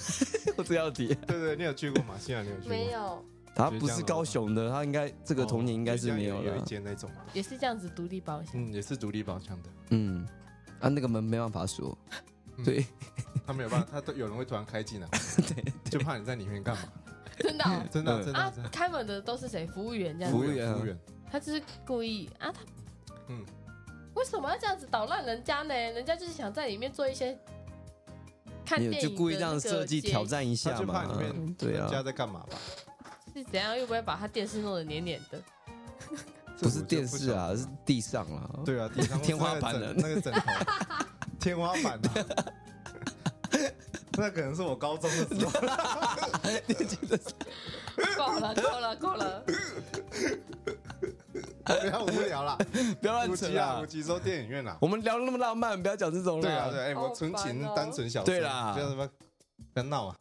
S2: 我这要提，
S3: 对对，你有去过吗？现在你有去过？
S1: 没，有，
S2: 他不是高雄的，他应该这个童年应该是没有
S3: 哦有一
S2: 了，
S3: 间那种，啊
S1: 也是这样子独立包厢。
S3: 嗯，也是独立包厢的，
S2: 嗯，啊，那个门没办法锁，
S3: 嗯
S2: 对，
S3: 他没有办法，他都有人会突然开进来，就怕你在里面干嘛？
S1: 真的哦、
S3: 真的
S2: 嗯
S3: 真
S1: 啊
S3: 的真！的，
S1: 开门的都是谁？服务员这样
S2: 服
S1: 子，
S2: 务员啊
S3: 服务员，
S1: 他就是故意啊，他
S3: 嗯
S1: 为什么要这样子捣乱人家呢？人家就是想在里面做一些看
S2: 没
S1: 电
S2: 有
S1: 影
S2: 就故意让设计挑
S1: 战。
S2: 战一
S3: 他
S2: 下
S3: 就怕
S2: 嘛
S3: 里面，
S2: 对
S3: 人家
S2: 啊，
S3: 在干嘛吧？
S1: 是怎样？又不会把他电视弄得黏黏的？
S2: 不是电视啊，
S3: 这我
S2: 是
S3: 就不晓得
S2: 地上啦，
S3: 对啊，地上
S2: 天花板的
S3: 那 个枕头，天花板啊，那可能是我高中的时候，
S1: 够了，够了，够了！
S3: 不要无聊啦，
S2: 不要
S3: 无
S2: 乱扯
S3: 极啊，
S2: 啦
S3: 无，极说电影院啦，
S2: 我们聊那么浪漫，不要讲这种
S3: 对啊，对
S2: 啦，
S3: 啊，哎，
S1: 好
S3: 我纯情
S1: 烦哦
S3: 单纯小，
S2: 对啦
S3: 不要什么，不要闹啊。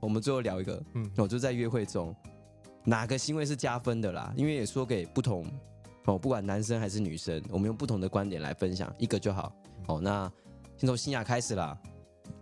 S2: 我们最后聊一个，
S3: 嗯
S2: 我就在约会中，哪个行为是加分的啦？因为也说给不同哦，不管男生还是女生，我们用不同的观点来分享一个就好。
S3: 嗯
S2: 哦，那先从新雅开始啦，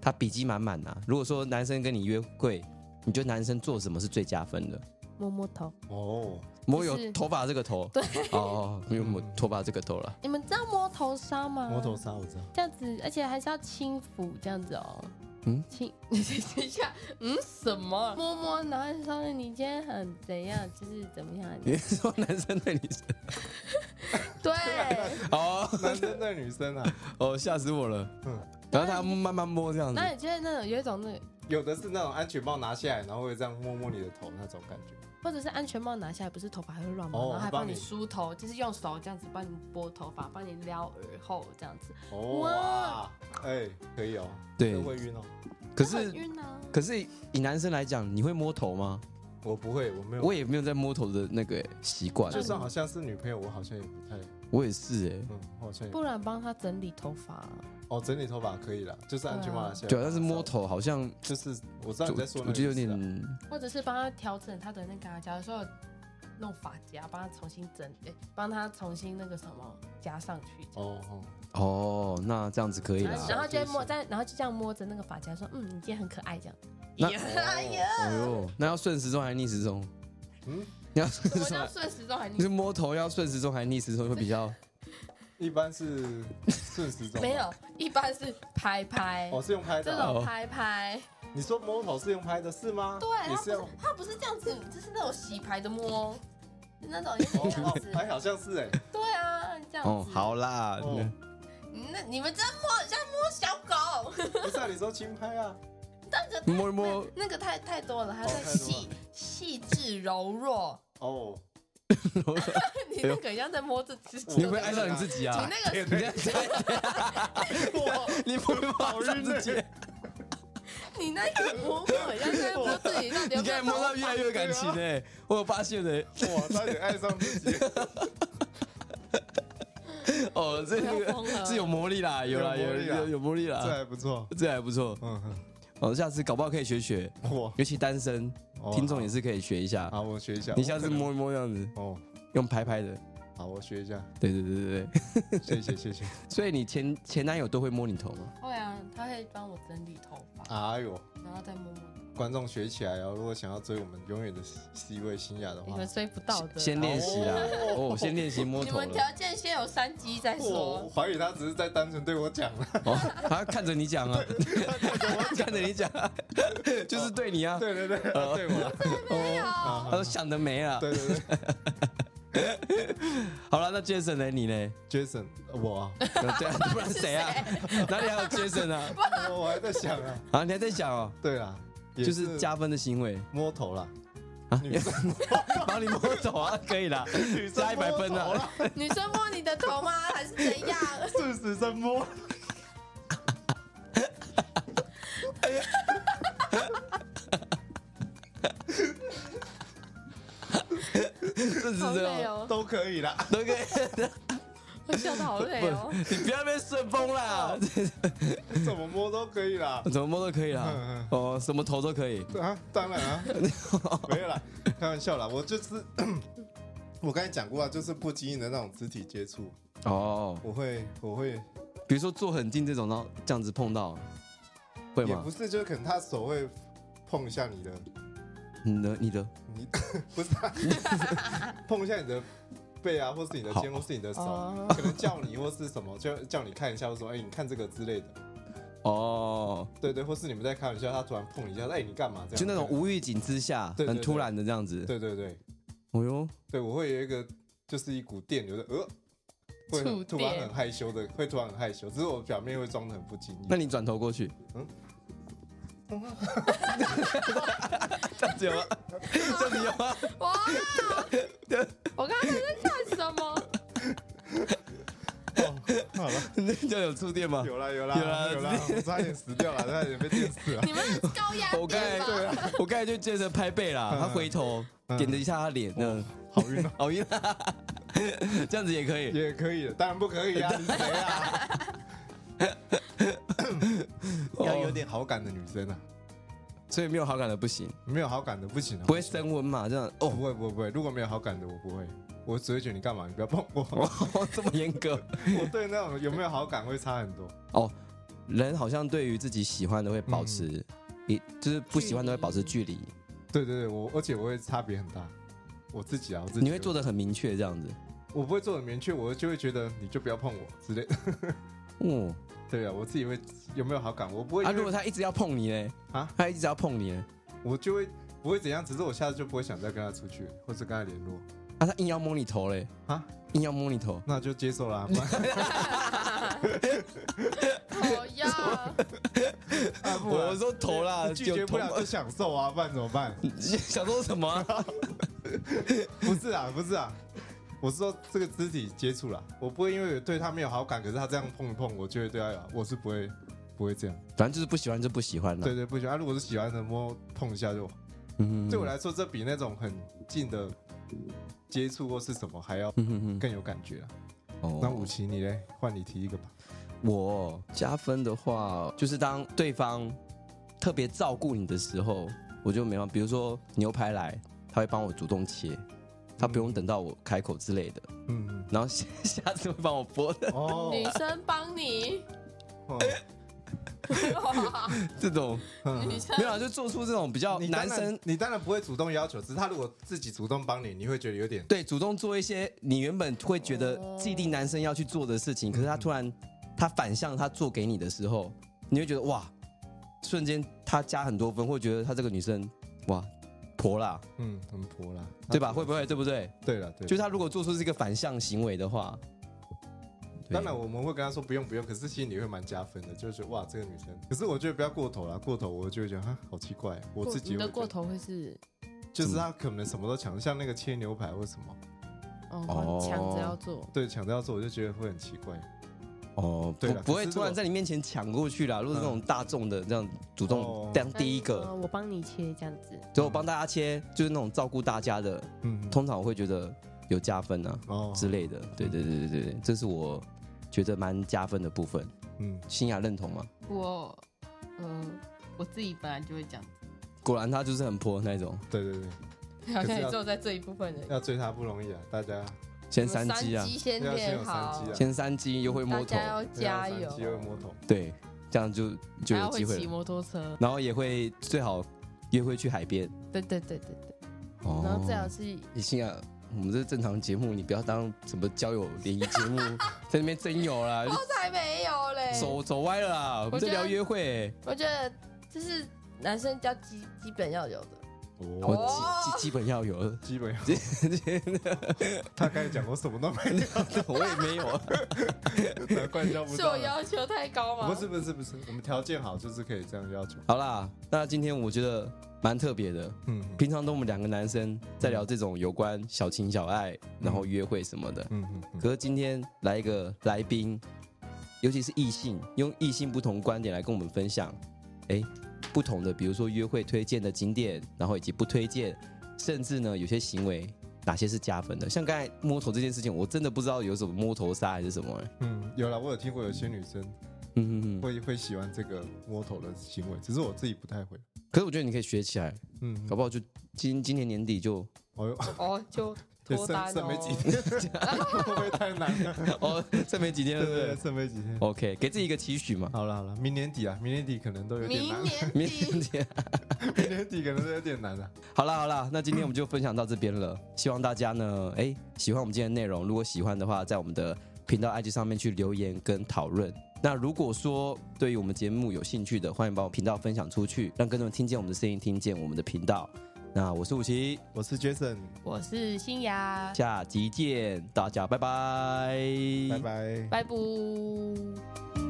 S2: 她笔记满满呐。如果说男生跟你约会，你觉得男生做什么是最加分的？
S1: 摸摸头，
S3: 哦，
S2: 摸
S1: 就
S2: 有
S1: 是
S2: 头发这个头，
S1: 对
S2: 哦，没有摸
S3: 嗯
S2: 头发这个头了。
S1: 你们知道摸头杀吗？
S3: 摸头杀我知道，
S1: 这样子，而且还是要轻抚这样子哦。
S2: 嗯
S1: 轻， 等一下，嗯，什么？摸摸，然后就说你今天很怎样，就是怎么样？
S2: 你是说男生对女生？
S1: 对，
S2: 哦
S3: 男生对女生啊，
S2: 哦，吓死我了。
S3: 嗯
S2: 然后他慢慢摸这样子
S1: 那，你觉得那种有一种那个，
S3: 有的是那种安全帽拿下来，然后会这样摸摸你的头那种感觉。
S1: 或者是安全帽拿下来，不是头发还会乱吗？
S3: 哦
S1: 然后还帮你
S3: 帮你
S1: 梳头，就是用手这样子帮你拨头发，帮你撩耳后这样子，
S3: 哦
S1: 哇
S3: 哇，哎，可以哦，
S2: 对
S3: 这。会晕哦。
S2: 可
S1: 很
S2: 是
S1: 晕啊。
S2: 可是以男生来讲，你会摸头吗？
S3: 我不会，我没有，
S2: 我也没有在摸头的那个欸习惯，
S3: 就算好像是女朋友，我好像也不太，
S2: 我也是哎、
S3: 嗯，我好像也
S1: 不然帮他整理头发，
S3: 哦，整理头发可以了，就是安全帽拿下来。
S2: 对啊，但是摸，头好像
S3: 就是我知道
S2: 就
S3: 你在说，
S2: 我觉得有
S3: 啊
S2: 点
S1: 或者是帮他调整他的那个啊，假如说有弄发夹，帮他重新整，哎、帮他重新那个什么加上去这样。
S3: 哦哦，
S2: 哦，那这样子可以
S1: 然
S2: 啦
S1: 后，
S3: 是
S1: 然后就会摸，
S3: 是
S1: 但然后就这样摸着那个发夹说：“嗯，你今天很可爱。”这样。
S2: 那
S1: 哎呀，
S2: 哎呦，那要顺时钟还是逆时钟？
S3: 嗯，
S2: 你要顺
S1: 我
S2: 时钟
S1: 叫
S2: 还，
S1: 顺时钟还
S2: 你是
S1: 逆？
S2: 摸头要顺时钟还是逆时钟会比较？
S3: 一般是顺时钟，
S1: 没，有，一般是拍拍，
S3: 哦，是用拍
S1: 这
S3: 的哦。
S1: 种拍拍，
S3: 你说摸头是用拍的是吗？
S1: 对，啊
S3: 也
S1: 它不
S3: 是
S1: 是
S3: 哦用。
S1: 它不是这样子，就是那种洗牌的摸，是那种
S3: 哦
S1: 有点这样
S3: 哦，哎，
S1: 子，
S3: 好像是哎，
S1: 对啊，这样
S2: 哦
S1: 子。，
S2: 好啦，
S3: 哦
S1: 嗯，那你们真摸像摸小狗，
S3: 不是啊，你说轻拍啊，
S1: 那个
S2: 摸一摸
S1: 那个太太多了，还
S3: 哦
S1: 要
S3: 太
S1: 再
S3: 多了
S1: 细细致柔弱，
S3: 哦，
S5: 你那个像在摸自己，
S3: 我
S2: 你会不会爱上你自己啊
S5: 你？那个
S2: 你这样
S3: 哦哇，
S2: 你不会
S3: 好
S2: 爱上
S3: 晕
S2: 自己？
S3: 欸！
S5: 你那个摸很像在摸自己，到底
S2: 你
S5: 有
S2: 刚
S5: 没
S2: 才
S5: 有
S2: 摸到越来越有感情哎、我有发现哎、
S3: 哇，差点爱上自己，
S2: 哦，这
S5: 不要
S2: 个
S5: 疯了
S2: 是有魔力啦，有啦，
S3: 有魔
S2: 有
S3: 力啦
S2: 有有魔力
S3: 这
S2: 啦，
S3: 还不错。
S2: 这还不错。
S3: 嗯，
S2: 哦，下次搞不好可以学学，
S3: 哇，
S2: 尤其单身
S3: 哦
S2: 听众也是可以学一下。
S3: 好，我学一下。
S2: 你下次摸一摸这样子，
S3: 哦，
S2: 用拍拍的，
S3: 好，我学一下。
S2: 对对对对 对。
S3: 谢谢谢谢。
S2: 所以你前前男友都会摸你头吗？
S5: 会啊，他会帮我整理头发，
S3: 哎呦，
S5: 然后再摸摸。
S3: 观众学起来哦！如果想要追我们永远的 C 位新雅的
S5: 你
S3: 话
S5: 们，追不到的，
S2: 先练习啦，哦，先练习摸
S5: 你
S2: 头
S5: 们条
S2: 了。
S5: 件先有三级再
S3: 我
S5: 说。
S3: 怀疑他只是在单纯对我讲了。
S2: 哦，他看着你讲啊，看着你讲啊，就是对你啊。
S3: 对对对，对我。
S2: 哦，他
S3: 啊
S2: 说想得美啊。
S3: 对对对
S2: 好了，那 Jason 呢？你呢？
S3: ，Jason，我啊
S2: 对啊，不然谁啊？哪里还有 Jason 啊？
S3: 我我还在想啊。
S2: 啊，你还在想哦，
S3: 对啦，也
S2: 就是加分的行为
S3: 摸头啦，
S2: 啊，
S3: 女生
S2: 帮你摸头啊，可以啦，
S3: 女生
S2: 加一百分
S3: 摸头
S2: 啊
S3: 啦，
S5: 女生摸你的头吗？还是怎 样？
S3: 是死神摸。
S2: 这是
S5: 好
S2: 真
S5: 累
S2: 的，
S5: 哦，
S3: 都可以啦，
S2: 都可以，
S5: 我笑到好累哦。
S2: 你 不要被顺风 啦，
S3: 怎么摸都可以啦。
S2: 怎么摸都可以啦
S3: 嗯，
S2: 哦，什么头都可以，
S3: 啊，当然啊，没有啦，开玩笑啦，我就是 我刚才讲过啊，就是不经意的那种肢体接触，
S2: 哦，
S3: 我会我会
S2: 比如说坐很近这种，然后这样子碰到，会
S3: 也
S2: 吗
S3: 不？是，就是可能他手会碰一下你的，
S2: 你的你的，
S3: 你 不是、啊、碰一下你的背啊，或是你的肩，
S2: 好
S3: 或是你的手，
S5: 哦，
S3: 可能叫你或是什么，就叫你看一下，或说哎、你看这个之类的，
S2: 哦，
S3: 对对，或是你们在开玩笑，他突然碰一下，哎、你干嘛这
S2: 就
S3: 样？
S2: 那种，无预警之下，
S3: 对对
S2: 很
S3: 对
S2: 突然的这样子，
S3: 对对对
S2: 哦哟，
S3: 对，我会有一个就是一股电流的呃。会
S5: 触
S3: 很突然
S5: 电
S3: 很害羞的，会突然很害羞，只是我表面会装的很不经意
S2: 那。你转头 过去，嗯
S3: 嗯，
S2: 这样子有啊吗？这样子有吗？
S5: 哇！ 我刚刚在看什 么？
S3: 好了，
S2: 这样有触电吗？
S3: 有啦有啦
S2: 有啦
S3: 有 啦，我差点死掉了，差点被电死了。
S5: 你们是高压
S2: 我刚才啊
S5: 电吗？
S2: 我刚才就接着拍背啦，
S3: 啊嗯
S2: 他回头
S3: 嗯
S2: 点了一下他脸，嗯，
S3: 好晕哦，
S2: 好晕啊，这样子也可以。
S3: 也可以的，当然不可以 啊，你谁啊？要有点好感的女生啊，
S2: 所以没有好感的不行，
S3: 没有好感的不行啊。
S2: 不会升温嘛？这样
S3: 不
S2: 哦，
S3: 会不会不会，如果没有好感的我不会，我只会觉得你干嘛，你不要碰我。
S2: 哦 这么严格
S3: 我对那种有没有好感会差很多。
S2: 哦。人好像对于自己喜欢的会
S3: 嗯
S2: 保持一，就是不喜欢的会保持距离。
S3: 对对对，我而且我会差别很大，我自己啊，我自己
S2: 你会做的很明确这样子。
S3: 我不会做的明确，我就会觉得你就不要碰我之类的。
S2: 哦，
S3: 对啊，我自己会有没有好感，我不会
S2: 啊，
S3: 因为
S2: 如果他一直要碰你嘞，
S3: 啊
S2: 他一直要碰你嘞，
S3: 我就会不会怎样，只是我下次就不会想再跟他出去，或者跟他联络
S2: 啊，他硬要摸你头嘞，
S3: 啊，
S2: 硬要摸你头，
S3: 那就接受啦，不 然
S5: 好 呀，
S3: 啊不然
S2: 我说头啦，
S3: 拒绝不了
S2: 有头
S3: 就享受啊，不然怎 么办？
S2: 想说什么 啊？
S3: 不是啊，不是啊，我是说这个肢体接触啦，我不会因为对他没有好感，可是他这样碰一碰，我就会对他有，我是不会不会这样。
S2: 反正就是不喜欢就不喜欢了。
S3: 对对，不喜欢。啊如果是喜欢的摸碰一下就，
S2: 嗯，
S3: 对我来说，这比那种很近的接触或是什么还要
S2: 嗯哼哼，
S3: 更有感觉啊。
S2: 哦
S3: 那武奇你嘞，换你提一个吧。
S2: 我加分的话，就是当对方特别照顾你的时候，我就没办法。比如说牛排来，他会帮我主动切，他不用等到我开口之类的。
S3: 嗯，
S2: 然后下 下次会帮我剥的
S3: 哦
S5: 女生帮你，
S3: 哦
S2: 哎
S5: 哇
S2: 这种，
S3: 嗯
S5: 女生
S2: 没有啊就做出这种比较
S3: 你当
S2: 男
S3: 然
S2: 生
S3: 你当然不会主动要求，只是他如果自己主动帮你，你会觉得有点
S2: 对主动做一些你原本会觉得既定男生要去做的事情，可是
S3: 嗯
S2: 他突然他反向他做给你的时候，你会觉得哇，瞬间他加很多分，会觉得他这个女生哇婆啦，
S3: 嗯很婆啦，
S2: 对吧？会不会对不对？
S3: 对了，对，
S2: 就是他如果做出这个反向行为的话，对
S3: 当然我们会跟他说不用不用，可是心里会蛮加分的，就是觉得哇这个女生，可是我觉得不要过头啦，过头我就会觉得哈好奇怪，我自己
S5: 你
S3: 会
S5: 的
S3: 觉
S5: 过
S3: 得
S5: 头会是
S3: 就是他可能什么都抢，像那个切牛排或什么，
S5: 嗯，
S2: 哦
S5: 抢着要做，
S3: 对，强调做我就觉得会很奇怪。
S2: 哦，
S3: 对
S2: 不
S3: 啦
S2: 不
S3: 可
S2: 会
S3: 是
S2: 突然
S3: 我
S2: 在你面前抢过去啦。如果是那种大众的这样主动
S3: 哦
S2: 当第一个，
S1: 嗯我帮你切这样子，
S2: 最后帮大家切，就是那种照顾大家的，
S3: 嗯，
S2: 通常我会觉得有加分啊
S3: 哦
S2: 之类的。对对对对对对，这是我觉得蛮加分的部分。
S3: 嗯，
S2: 新雅认同吗？
S6: 我，呃，我自己本来就会讲，
S2: 果然他就是很泼那种，
S3: 对对对，
S5: 好像
S3: 可是
S5: 也
S3: 要
S5: 只有在这一部分人。
S3: 要追他不容易啊，大家
S2: 先
S5: 我
S2: 三
S5: 们三
S2: 击啊，
S5: 先
S3: 要先有
S5: 练
S3: 三
S5: 好
S3: 击，啊
S2: 先三击又会摸
S5: 大
S2: 头，
S5: 家要加油，
S3: 机会摸头，
S2: 对，这样就就
S5: 还要
S2: 有
S5: 会
S2: 机会
S5: 骑
S2: 了。
S5: 摩托车。
S2: 然后也会最好约会去海边，
S5: 对对对对对，
S2: 哦
S5: 然后最好是
S2: 一心啊，我们这是正常节目，你不要当什么交友联谊节目，在那边真有啦，
S5: 我才没有嘞。
S2: 走走歪了啦，我们
S5: 哦
S2: 在
S5: 我觉得
S2: 聊约会，
S5: 我觉得这是男生要基基本要有的。
S2: 我
S3: 哦，
S2: 基基基本要有，
S3: 基本上他刚才讲我什么都没
S2: 我也没有，
S3: 有，难怪叫不
S5: 是
S3: 到
S5: 我
S3: 人。
S5: 要啊求太高吗？
S3: 不是不是不是，我们条件好就是可以这样要求。
S2: 好啦，那今天我觉得蛮特别的，
S3: 嗯
S2: 平常都我们两个男生在聊这种有关小情小爱，然后约会什么的，
S3: 嗯嗯
S2: 可是今天来一个来宾，尤其是异性，用异性不同观点来跟我们分享，哎，不同的，比如说约会推荐的景点，然后以及不推荐，甚至呢有些行为哪些是加分的。像刚才摸头这件事情，我真的不知道有什么摸头杀还是什么、诶
S3: 嗯，有了，我有听过有些女生
S2: 嗯嗯嗯。
S3: 会会喜欢这个摸头的行为，只是我自己不太会。
S2: 可是我觉得你可以学起来，
S3: 嗯
S2: 搞，不好就今今年年底就
S3: 哦哟，
S5: 哦，就
S3: 对
S5: 脱
S3: 剩
S5: 单
S3: 剩没几
S5: 哦。
S3: 天， 会不会太难了？
S2: 哦，这没几天了，
S3: 对
S2: 对不
S3: 对，
S2: 对嗯
S3: 剩没几天。
S2: ？OK，给自己一个期许嘛。
S3: 好了好了，明年底啊，明年底可能都有点
S5: 明
S3: 难，
S5: 年
S2: 明
S5: 底
S2: 天。
S3: 明年底可能都有点难了。啊
S2: 好啦好啦，那今天我们就分享到这边了。希望大家呢，哎、喜欢我们今天的内容。如果喜欢的话，在我们的频道 IG 上面去留言跟讨论。那如果说对于我们节目有兴趣的，欢迎把我们频道分享出去，让更多人听见我们的声音，听见我们的频道。那我是武奇，
S3: 我是 Jason，
S1: 我是新芽，
S2: 下集见，大家拜拜，
S3: 拜拜。
S5: 拜拜。